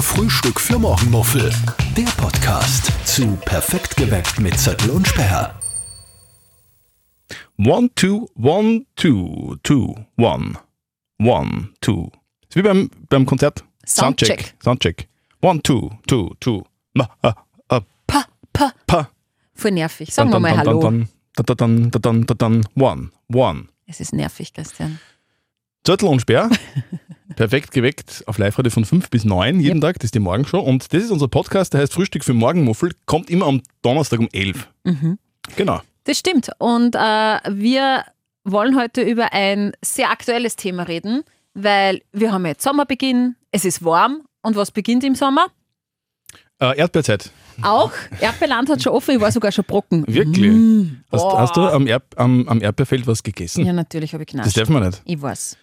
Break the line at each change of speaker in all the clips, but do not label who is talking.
Frühstück für Morgenmuffel. Der Podcast zu Perfekt geweckt mit Zettel und Sperr.
One, two, one, two, two, one, one, two. Ist wie beim, beim Konzert.
Soundcheck.
Soundcheck. One, two, two, two. Ma, ah, ah,
Pa, pa,
pa.
voll nervig. Sagen wir
Dun,
mal
dun,
Hallo.
dun, dun, dun, dun, dun, dun, dun, dun. One, one.
Es ist nervig, Christian.
Zettel und Sperr. Perfekt geweckt auf Live-Radio von 5 bis 9 jeden Tag. Das ist die Morgenshow. Und das ist unser Podcast, der heißt Frühstück für Morgenmuffel. Kommt immer am Donnerstag um 11.
Mhm.
Genau.
Das stimmt. Und äh, wir wollen heute über ein sehr aktuelles Thema reden, weil wir haben ja jetzt Sommerbeginn, es ist warm. Und was beginnt im Sommer?
Äh, Erdbeerzeit.
Auch Erdbeerland hat schon offen, ich war sogar schon brocken.
Wirklich?
Mm,
Hast,
boah.
hast du am, Erb, am, am Erdbeerfeld was gegessen?
Mhm. Ja, natürlich habe ich
das
knascht.
darf man nicht.
Ich weiß.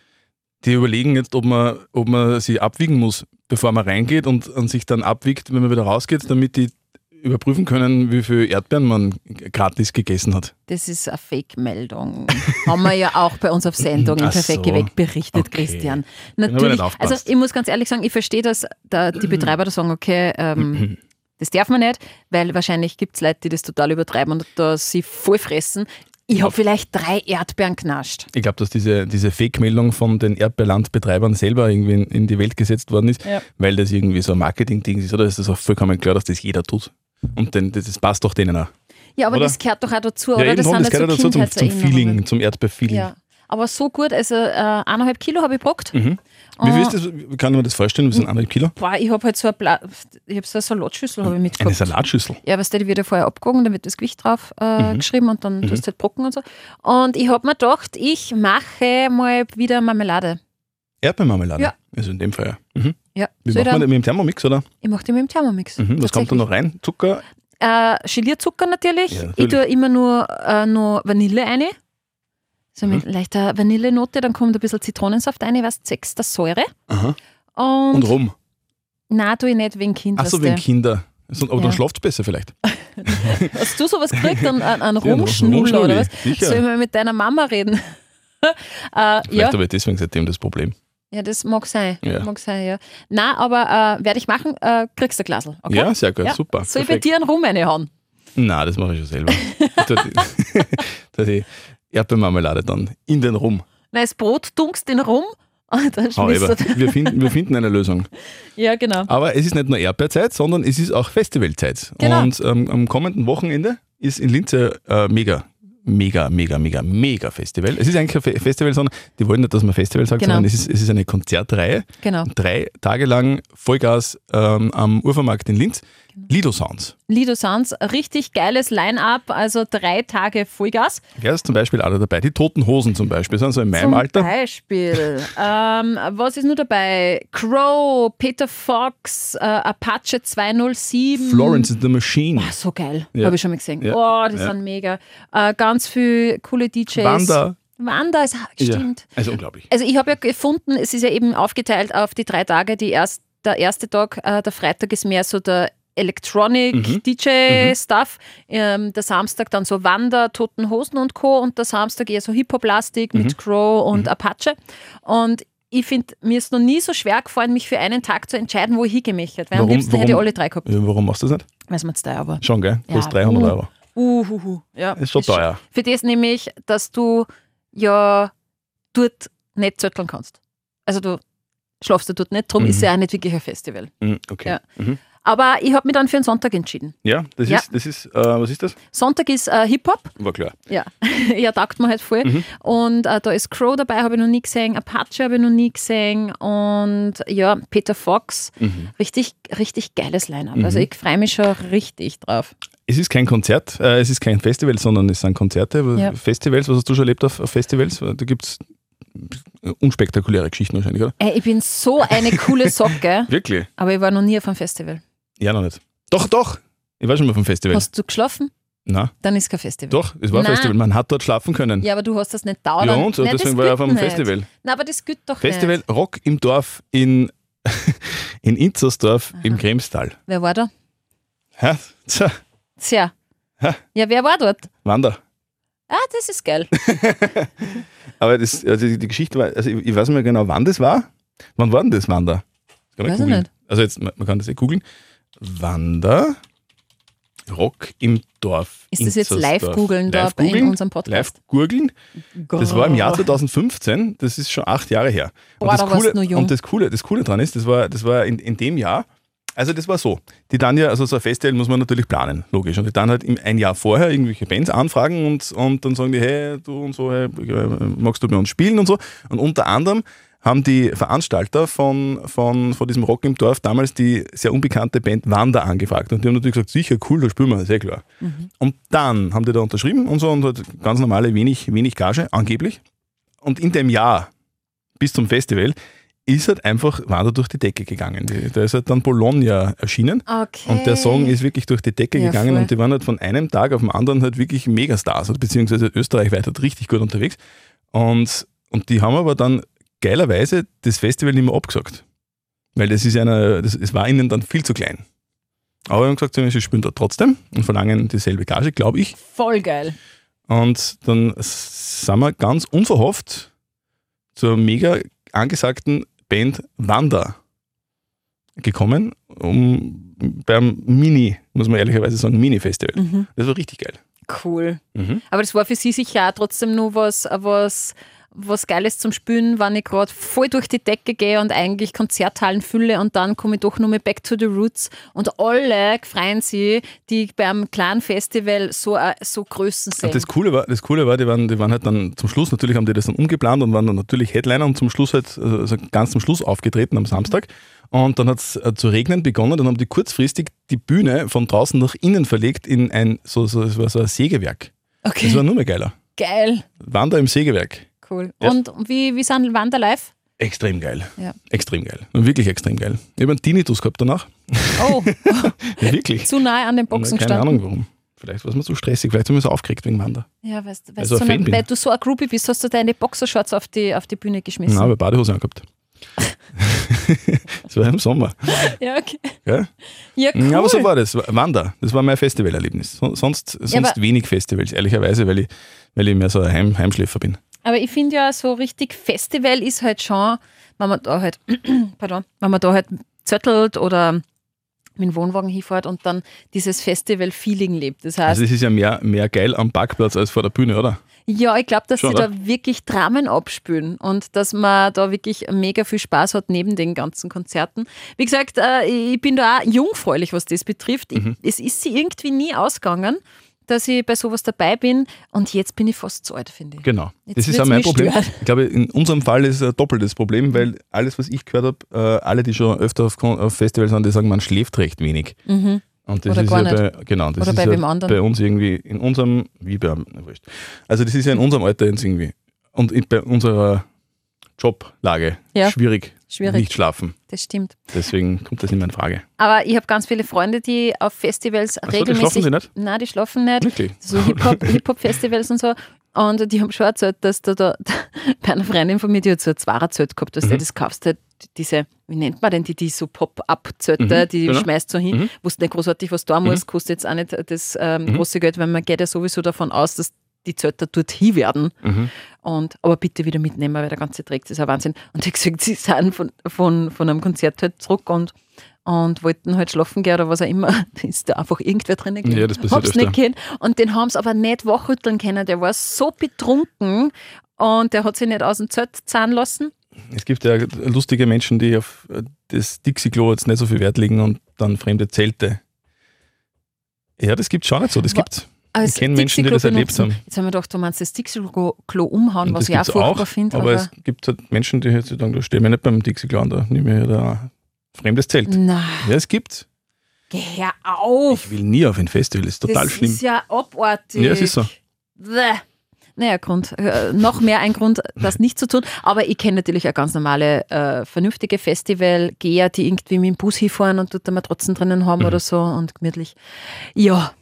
Die überlegen jetzt, ob man, ob man sie abwiegen muss, bevor man reingeht und, und sich dann abwiegt, wenn man wieder rausgeht, damit die überprüfen können, wie viel Erdbeeren man gratis gegessen hat.
Das ist eine Fake-Meldung. Haben wir ja auch bei uns auf Sendung im
Ach
Perfekt
so.
geweckt berichtet,
Okay.
Christian.
aber nicht
Natürlich.
aufgepasst.
Also ich muss ganz ehrlich sagen, ich verstehe, dass da die Betreiber da sagen, okay, ähm, das darf man nicht, weil wahrscheinlich gibt es Leute, die das total übertreiben und da sie voll fressen. Ich habe vielleicht drei Erdbeeren knascht.
Ich glaube, dass diese, diese Fake-Meldung von den Erdbeerlandbetreibern selber irgendwie in, in die Welt gesetzt worden ist,
Ja.
weil das irgendwie so ein Marketing-Ding ist, oder? Ist das auch vollkommen klar, dass das jeder tut? Und dann, das, das passt doch denen auch.
Ja, aber
Oder?
das gehört doch auch dazu,
ja,
oder?
eben drum, das
ja
gehört dazu zum, zum Feeling, zum Erdbeer-Feeling.
Ja. Aber so gut, also äh, eineinhalb Kilo habe ich brockt.
Mhm. Wie
Ah.
viel ist das? Wie Kann man das vorstellen? Wie sind anderthalb Kilo?
Boah, ich habe halt so eine, Pla ich hab so eine Salatschüssel hab ich
Eine
mitgebracht.
Salatschüssel.
Ja, weißt du, die wird ja vorher abgewogen, dann wird das Gewicht drauf äh,
Mhm.
geschrieben und dann tust du halt Brocken und so. Und ich habe mir gedacht, ich mache mal wieder Marmelade.
Erdbeermarmelade.
Ja.
Also in dem Fall ja. Mhm.
Ja,
Wie
soll
macht man
ich,
das mit dem Thermomix, oder?
dann- ich mache die mit dem Thermomix.
Mhm. Was kommt da noch rein? Zucker?
tatsächlich. Äh, Gelierzucker natürlich.
Ja,
Ich
natürlich.
tue immer nur, äh, nur Vanille rein. So mit
Mhm.
leichter Vanillenote, dann kommt ein bisschen Zitronensaft rein, was sechster Säure.
Aha.
Und,
Und Rum.
nein, tue ich nicht wegen Kind.
Achso,
weißt
wegen
du.
Kinder. So, aber
Ja.
dann schlaft besser vielleicht.
Hast du sowas gekriegt, einen, einen, einen
Ja, einen
Rumschnuller oder was?
Rumschnulli, sicher.
Soll ich mal mit deiner Mama reden? äh, ja.
Vielleicht habe ich deswegen seitdem das Problem.
Ja, das mag sein.
Ja.
Mag sein, ja. Nein, aber äh, werde ich machen, äh, kriegst du ein Glasl. Okay?
Ja, sehr gut, super.
Soll ich bei
perfekt.
dir einen Rum reinhauen?
Nein, das mache ich schon selber. Ich tu die- tu die Erdbeermarmelade dann in den Rum.
Nein, das Brot tunkst den Rum und dann
Hau
schmierst du. den-
Wir finden, wir finden eine Lösung.
Ja, genau.
Aber es ist nicht nur Erdbeerzeit, sondern es ist auch Festivalzeit.
Genau.
Und ähm, am kommenden Wochenende ist in Linz ein, äh, mega, mega, mega, mega, mega Festival. Es ist eigentlich kein Fe- Festival, sondern die wollen nicht, dass man Festival sagt,
Genau.
sondern es ist, es ist eine Konzertreihe.
Genau.
Drei Tage lang Vollgas ähm, am Ufermarkt in Linz.
Genau.
Lido Sounds.
Lido Sounds, richtig geiles Line-Up, also drei Tage Vollgas.
Wer ist zum Beispiel alle dabei? Die Toten Hosen zum Beispiel, sind so in meinem
Zum
Alter.
Beispiel. ähm, was ist nur dabei? Crow, Peter Fox, äh, Apache 207.
Florence and the Machine.
Ah, so geil.
Ja.
Habe ich schon mal gesehen.
Ja.
Oh, die
Ja.
sind mega. Äh, ganz viele coole DJs.
Wanda.
Wanda ist stimmt.
Ja, also unglaublich.
Also ich habe ja gefunden, es ist ja eben aufgeteilt auf die drei Tage. Die erst, der erste Tag, äh, der Freitag ist mehr so der
Mhm.
Electronic-DJ-Stuff. Ähm, der Samstag dann so Wander, Toten Hosen und Co. Und der Samstag eher so Hip-Hop-Lastik
Mhm.
mit Crow und Apache. Und ich finde, mir ist noch nie so schwer gefallen, mich für einen Tag zu entscheiden, wo ich hingemacht Weil am
Warum-
liebsten hätte ich
warum-
alle drei gehabt.
Ja, Warum machst du das nicht?
Weiß man jetzt da aber.
Schon, gell?
Ja.
Kostet 300
Uh.
Euro.
Uhuhu. Ja,
Ist schon teuer.
Für das nämlich, dass du ja dort nicht zetteln kannst. Also du schlafst ja dort nicht, drum
Mhm.
ist ja auch nicht wirklich ein Festival.
Mhm, Okay.
Ja.
Ja, mhm.
Aber ich habe mich dann für einen Sonntag entschieden.
ja das
Ja.
ist, das ist äh, was ist das?
Sonntag ist äh, Hip-Hop,
War klar.
ja, ja, taugt mir halt voll.
Mhm.
Und äh, da ist Crow dabei, habe ich noch nie gesehen, Apache habe ich noch nie gesehen und ja, Peter Fox.
Mhm.
Richtig, richtig geiles Line-Up.
Mhm.
Also ich freue mich schon richtig drauf.
Es ist kein Konzert, äh, es ist kein Festival, sondern es sind Konzerte. Aber
Ja.
Festivals, was hast du schon erlebt auf auf Festivals? Da gibt es unspektakuläre Geschichten wahrscheinlich, oder?
Ey, ich bin so eine coole Socke,
Wirklich?
aber ich war noch nie auf einem Festival.
Ja, noch nicht. Doch, doch! Ich war schon mal auf einem Festival.
Hast du geschlafen?
Na,
Dann ist kein Festival.
doch, es war ein
Nein.
Festival. Man hat dort schlafen können.
Ja, aber du hast das nicht dauernd.
Ja, und so,
Nein, das
deswegen war ich
gilt
auf einem
nicht.
Festival.
Nein, aber das gilt doch
Festival
nicht.
Rock im Dorf in, in Inzersdorf im Kremstal.
Wer war da?
Hä? Tja,
Tja.
Hä?
Ja, wer war dort?
Wander.
Ah, das ist geil.
Aber das, also die die Geschichte war, also ich, ich weiß nicht mehr genau, wann das war. Wann war denn das, Wander? Kann man
Weiß ich
googeln.
nicht.
Also jetzt, man, man kann das eh googeln. Wander Rock im Dorf.
Ist das jetzt
Inzersdorf.
live googeln da
Live
bei- in
googeln,
unserem Podcast?
Live googeln. Das war im Jahr
Gott.
2015, das ist schon acht Jahre her. Und,
Boah,
das,
da warst
Coole,
du noch jung.
und das, Coole, das Coole dran ist, das war, das war in, in dem Jahr, also das war so. Die dann ja, also so ein Festival muss man natürlich planen, logisch. Und die dann halt im, ein Jahr vorher irgendwelche Bands anfragen und, und dann sagen die, hey, du und so, hey, magst du bei uns spielen und so. Und unter anderem haben die Veranstalter von, von, von diesem Rock im Dorf damals die sehr unbekannte Band Wander angefragt. Und die haben natürlich gesagt, sicher, cool, da spielen wir, sehr klar.
Mhm.
Und dann haben die da unterschrieben und so und halt ganz normale wenig, wenig Gage, angeblich. Und in dem Jahr bis zum Festival ist halt einfach Wander durch die Decke gegangen. Die- Da ist halt dann Bologna erschienen.
Okay.
Und der Song ist wirklich durch die Decke
Ja,
gegangen
voll.
und die waren halt von einem Tag auf den anderen halt wirklich Megastars, halt, beziehungsweise österreichweit halt richtig gut unterwegs. Und, und die haben aber dann geilerweise das Festival nicht mehr abgesagt. Weil das ist einer, das, es war ihnen dann viel zu klein. Aber wir haben gesagt, sie spielen dort trotzdem und verlangen dieselbe Gage, glaube ich.
voll geil.
Und dann sind wir ganz unverhofft zur mega angesagten Band Wander gekommen, um beim Mini, muss man ehrlicherweise sagen, Mini-Festival.
Mhm.
Das war richtig geil.
Cool.
Mhm.
Aber das war für sie sicher auch trotzdem nur was, was, was Geiles zum Spielen, wenn ich gerade voll durch die Decke gehe und eigentlich Konzerthallen fülle und dann komme ich doch nur mit Back to the Roots und alle freuen sie, die beim kleinen Festival so, äh, so Größen sehen.
Und das Coole war, das Coole war, die waren, die waren halt dann zum Schluss, natürlich haben die das dann umgeplant und waren dann natürlich Headliner und zum Schluss halt, also ganz zum Schluss aufgetreten am Samstag. Und dann hat es zu regnen begonnen, dann haben die kurzfristig die Bühne von draußen nach innen verlegt in ein, so, so, es war so ein Sägewerk.
okay,
Das war nur mehr geiler.
geil.
Wander im Sägewerk.
Cool.
Ja.
Und wie, wie sind Wander live?
Extrem geil.
Ja.
Extrem geil. Wirklich extrem geil. Ich habe einen Tinnitus gehabt danach.
Oh,
Ja, wirklich.
zu nahe an den
Na,
Boxen
keine
gestanden.
Ahnung warum. Vielleicht war es mir zu stressig, vielleicht haben wir es aufgeregt wegen Wander.
Ja, weißt, weißt
Also ein
du,
Fan
nicht,
bin.
weil du so ein Groupie bist, hast du deine Boxershorts auf die, auf die Bühne geschmissen.
Nein, habe Badehose angehabt. das war im Sommer.
Ja, okay.
Gell?
Ja, cool.
Ja, aber so war das. Wander. Das war mein Festivalerlebnis. So- Sonst, sonst
aber-
wenig Festivals, ehrlicherweise, weil ich, weil ich mehr so ein Heim, Heimschläfer bin.
Aber ich finde ja, so richtig Festival ist halt schon, wenn man da halt, pardon, wenn man da halt zöttelt oder mit dem Wohnwagen hinfährt und dann dieses Festival-Feeling lebt. Das heißt,
Also es ist ja mehr, mehr geil am Parkplatz als vor der Bühne, oder?
ja, ich glaube, dass
schon,
sie da wirklich Dramen abspülen und dass man da wirklich mega viel Spaß hat neben den ganzen Konzerten. Wie gesagt, äh, ich bin da auch jungfräulich, was das betrifft.
Mhm.
Ich- Es ist sie irgendwie nie ausgegangen, dass ich bei sowas dabei bin und jetzt bin ich fast zu alt, finde ich.
Genau.
Jetzt
das ist auch
wird's
mein
mich
Problem.
stören.
Ich glaube, in unserem Fall ist es ein doppeltes Problem, weil alles, was ich gehört habe, äh, alle, die schon öfter auf, Kon- auf Festivals waren, die sagen, man schläft recht wenig. Und das
Mhm. Oder
ist
gar
ja bei, genau, das
Oder
ist
bei
ja
wem anderen.
bei uns irgendwie in unserem, wie bei, na, wurscht. Also das ist ja in unserem Alter jetzt irgendwie und in, bei unserer Joblage
Ja.
schwierig,
Schwierig.
nicht schlafen.
Das stimmt.
Deswegen kommt das nicht mehr in Frage.
Aber ich habe ganz viele Freunde, die auf Festivals
Ach so, die
regelmäßig.
schlafen sie nicht?
Nein, die schlafen nicht.
Wirklich?
So Hip-Hop- Hip-Hop-Festivals und so. Und die haben schon erzählt, dass da, da bei einer Freundin von mir, die hat so ein Zwarer-Zelt gehabt, dass
Mhm.
du das kaufst, halt diese, wie nennt man denn die, die so Pop-Up-Zelte,
Mhm, Mhm.
die
genau.
schmeißt so hin, wusste nicht großartig, was da muss, kostet jetzt auch nicht das ähm, große Geld, weil man geht ja sowieso davon aus, dass die Zelte dort hin werden.
Mhm.
Und, aber bitte wieder mitnehmen, weil der ganze Dreck das ist ein Wahnsinn. Und ich gesagt, sie sind von, von, von einem Konzert halt zurück und, und wollten halt schlafen gehen oder was auch immer. Da ist da einfach irgendwer drinnen
Ja, das passiert
Hab's
öfter.
nicht gehen. Und den haben sie aber nicht wachrütteln können. Der war so betrunken und der hat sich nicht aus dem Zelt zahlen lassen.
Es gibt ja lustige Menschen, die auf äh, das Dixie-Klo jetzt nicht so viel Wert legen und dann fremde Zelte. Ja, das gibt schon nicht so, das
Wa-
gibt's.
Als
Ich kenn Menschen, die
Dixie-Klo
das erlebt
Also benutzen.
haben.
Jetzt haben wir gedacht, du meinst das Dixie-Klo umhauen,
Und
was
das
ich auch
gibt's
furchtbar finde.
Aber, es gibt halt Menschen, die halt sagen, da stehen wir nicht beim Dixie-Klo an, da nehme ich halt ein fremdes Zelt.
na,
Ja, es gibt.
geh her auf!
Ich will nie auf ein Festival, das ist total
das
schlimm.
ist ja abartig.
Ja, es ist so.
Bäh. Naja, Grund, äh, noch mehr ein Grund, das nicht zu tun. Aber ich kenne natürlich auch ganz normale, äh, vernünftige Festivalgeher, die irgendwie mit dem Bus hinfahren und dort einmal trotzdem drinnen
Mhm.
haben oder so und gemütlich. Ja.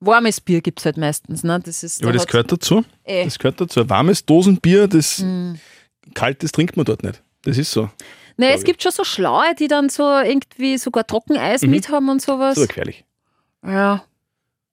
Warmes Bier gibt es halt meistens. Ne? Das ist,
Aber
da
das
hat's-
gehört dazu.
Äh.
Das gehört dazu. Ein warmes Dosenbier, das
Mm.
kaltes trinkt man dort nicht. Das ist so. glaub
Naja,
ich.
es gibt schon so Schlaue, die dann so irgendwie sogar Trockeneis
Mhm.
mithaben und sowas.
Das ist aber gefährlich.
Ja.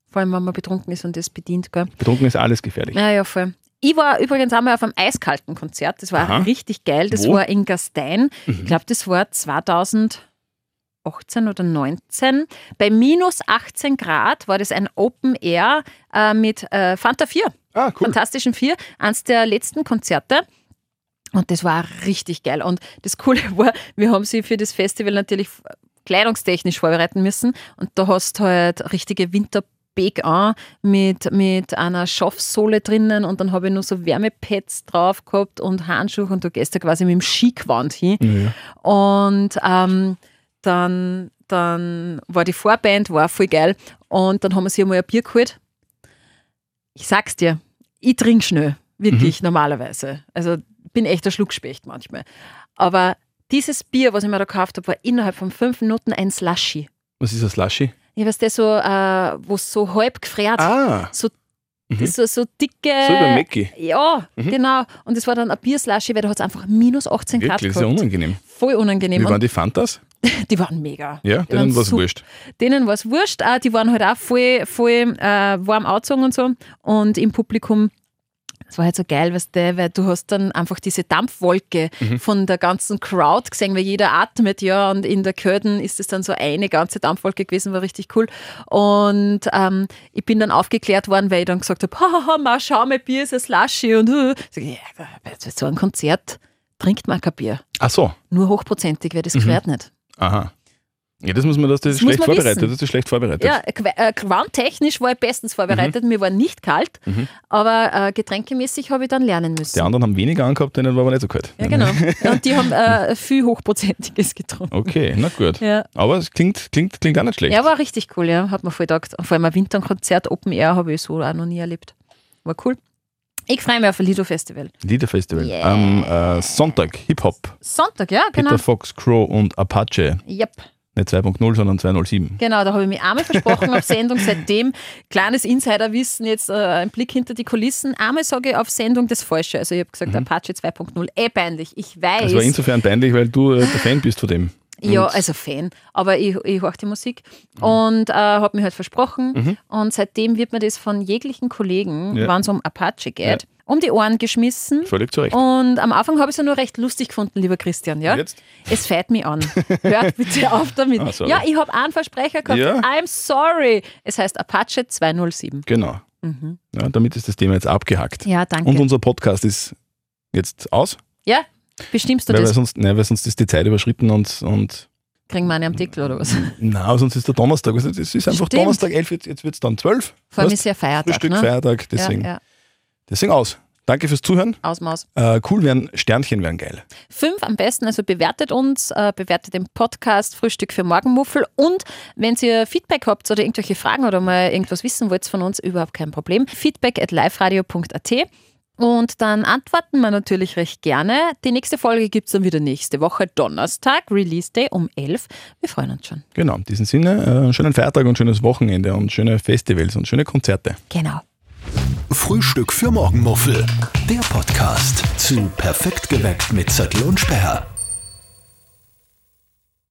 Vor allem, wenn man betrunken ist und das bedient, gell?
Betrunken ist alles gefährlich.
Ja, ja, voll. Ich war übrigens einmal auf einem eiskalten Konzert. Das war
Aha.
richtig geil. Das
Wo? Mhm.
war in Gastein. Ich glaube, das war 2018 oder 19. Bei minus 18 Grad war das ein Open Air äh, mit äh, Fanta 4.
Ah, cool.
Fantastischen Vier, eines der letzten Konzerte. Und das war richtig geil. Und das Coole war, wir haben sie für das Festival natürlich kleidungstechnisch vorbereiten müssen. Und da hast du halt richtige Winter. an mit, mit einer Schafsohle drinnen und dann habe ich nur so Wärmepads drauf gehabt und Handschuhe und du gehst da quasi mit dem Skigewand hin.
Ja.
Und ähm, dann, dann war die Vorband, war voll geil. Und dann haben wir sie einmal ein Bier geholt. Ich sag's dir, ich trinke schnell,
Mhm.
wirklich normalerweise. Also bin echt ein Schluckspecht manchmal. Aber dieses Bier, was ich mir da gekauft habe, war innerhalb von fünf Minuten ein Slushy.
Was ist das Laschi?
Ich weiß das so, äh, wo es so halb gefriert,
Ah,
so,
Mhm.
so, so dicke.
so über Mackie.
ja,
Mhm.
genau. Und es war dann ein Bierslushy, weil da hat es einfach minus 18 Grad
Wirklich, sehr
gehabt.
unangenehm.
Voll unangenehm.
Wie
Und
waren die Fantas?
die waren mega.
Ja,
Die waren
denen war es
super.
wurscht.
Denen war es wurscht. Äh, die waren halt auch voll, voll äh, warm angezogen und so. Und im Publikum, das war halt so geil, weißt du, weil du hast dann einfach diese Dampfwolke
Mhm.
von der ganzen Crowd gesehen, weil jeder atmet ja und in der Köden ist es dann so eine ganze Dampfwolke gewesen, war richtig cool. Und ähm, ich bin dann aufgeklärt worden, weil ich dann gesagt habe, haha, mal schau, mein Bier ist ein Slushy und uh. so, ja, bei so einem Konzert trinkt man kein Bier.
Ach so,
Nur hochprozentig, weil das
Mhm.
gefährt nicht.
aha. Ja, das muss man, das, das ist
muss
schlecht
man
vorbereitet.
wissen.
Das ist schlecht vorbereitet.
Ja, qu- äh, quanttechnisch war ich bestens
Mhm.
vorbereitet, mir war nicht kalt, aber äh, getränkemäßig habe ich dann lernen müssen.
Die anderen haben weniger angehabt, denen war aber nicht so kalt.
Ja, genau.
Mhm.
Und die haben äh, viel Hochprozentiges getrunken.
Okay, na gut.
Ja.
Aber es klingt, klingt, klingt auch nicht schlecht.
ja, war richtig cool, ja. Hat mir voll gedacht. Vor allem ein Winterkonzert, Open Air, habe ich so auch noch nie erlebt. War cool. Ich freue mich auf ein Lido-Festival.
Liederfestival. Am äh, Sonntag, Hip-Hop,
Sonntag, ja, genau.
Peter Fox, Crow und Apache.
Yep.
Nicht 2.0, sondern 207.
Genau, da habe ich mich einmal versprochen auf Sendung. Seitdem, kleines Insiderwissen, jetzt äh, ein Blick hinter die Kulissen. Einmal sage ich auf Sendung das Falsche. Also ich habe gesagt, Apache 2.0, eh peinlich. Ich weiß.
Mhm. Das war insofern peinlich, weil du äh, der Fan bist von dem.
Ja,
Und-
also Fan. Aber ich, ich höre die Musik
Mhm.
und äh, habe mir halt versprochen. Und seitdem wird mir das von jeglichen Kollegen,
Ja.
wenn es um Apache geht, um die Ohren geschmissen.
Völlig zu Recht.
Und am Anfang habe ich es ja nur recht lustig gefunden, lieber Christian. Oh, Ja?
Jetzt?
Es feit mich an. Hört bitte auf damit.
Ah, sorry.
ja, ich habe einen Versprecher gehabt.
Ja.
I'm sorry. Es heißt Apache 207.
Genau. Ja, damit ist das Thema jetzt abgehackt.
Mhm. Ja, danke.
Und um unser Podcast ist jetzt aus,
ja, bestimmst du
weil, wir
das?
sonst, nein, weil sonst ist die Zeit überschritten und, und
Kriegen wir eine am Deckel oder was?
na, sonst ist der Donnerstag. Also Es ist einfach
Stimmt.
Donnerstag, 11, jetzt, jetzt wird es dann 12.
Vor allem
Weißt?
ist ja Feiertag.
Frühstück,
ne?
Feiertag, deswegen,
Ja, ja.
deswegen aus. Danke fürs Zuhören.
Ausmaß.
Äh, cool wären, Sternchen wären geil.
Fünf am besten, also bewertet uns, äh, bewertet den Podcast Frühstück für Morgenmuffel und wenn ihr Feedback habt oder irgendwelche Fragen oder mal irgendwas wissen wollt von uns, überhaupt kein Problem. Feedback at liveradio.at und dann antworten wir natürlich recht gerne. Die nächste Folge gibt es dann wieder nächste Woche, Donnerstag, Release Day um 11. Wir freuen uns schon.
Genau, in diesem Sinne, äh, schönen Feiertag und schönes Wochenende und schöne Festivals und schöne Konzerte.
Genau.
Frühstück für Morgenmuffel. Der Podcast zu Perfekt geweckt mit Zettel und Sperr.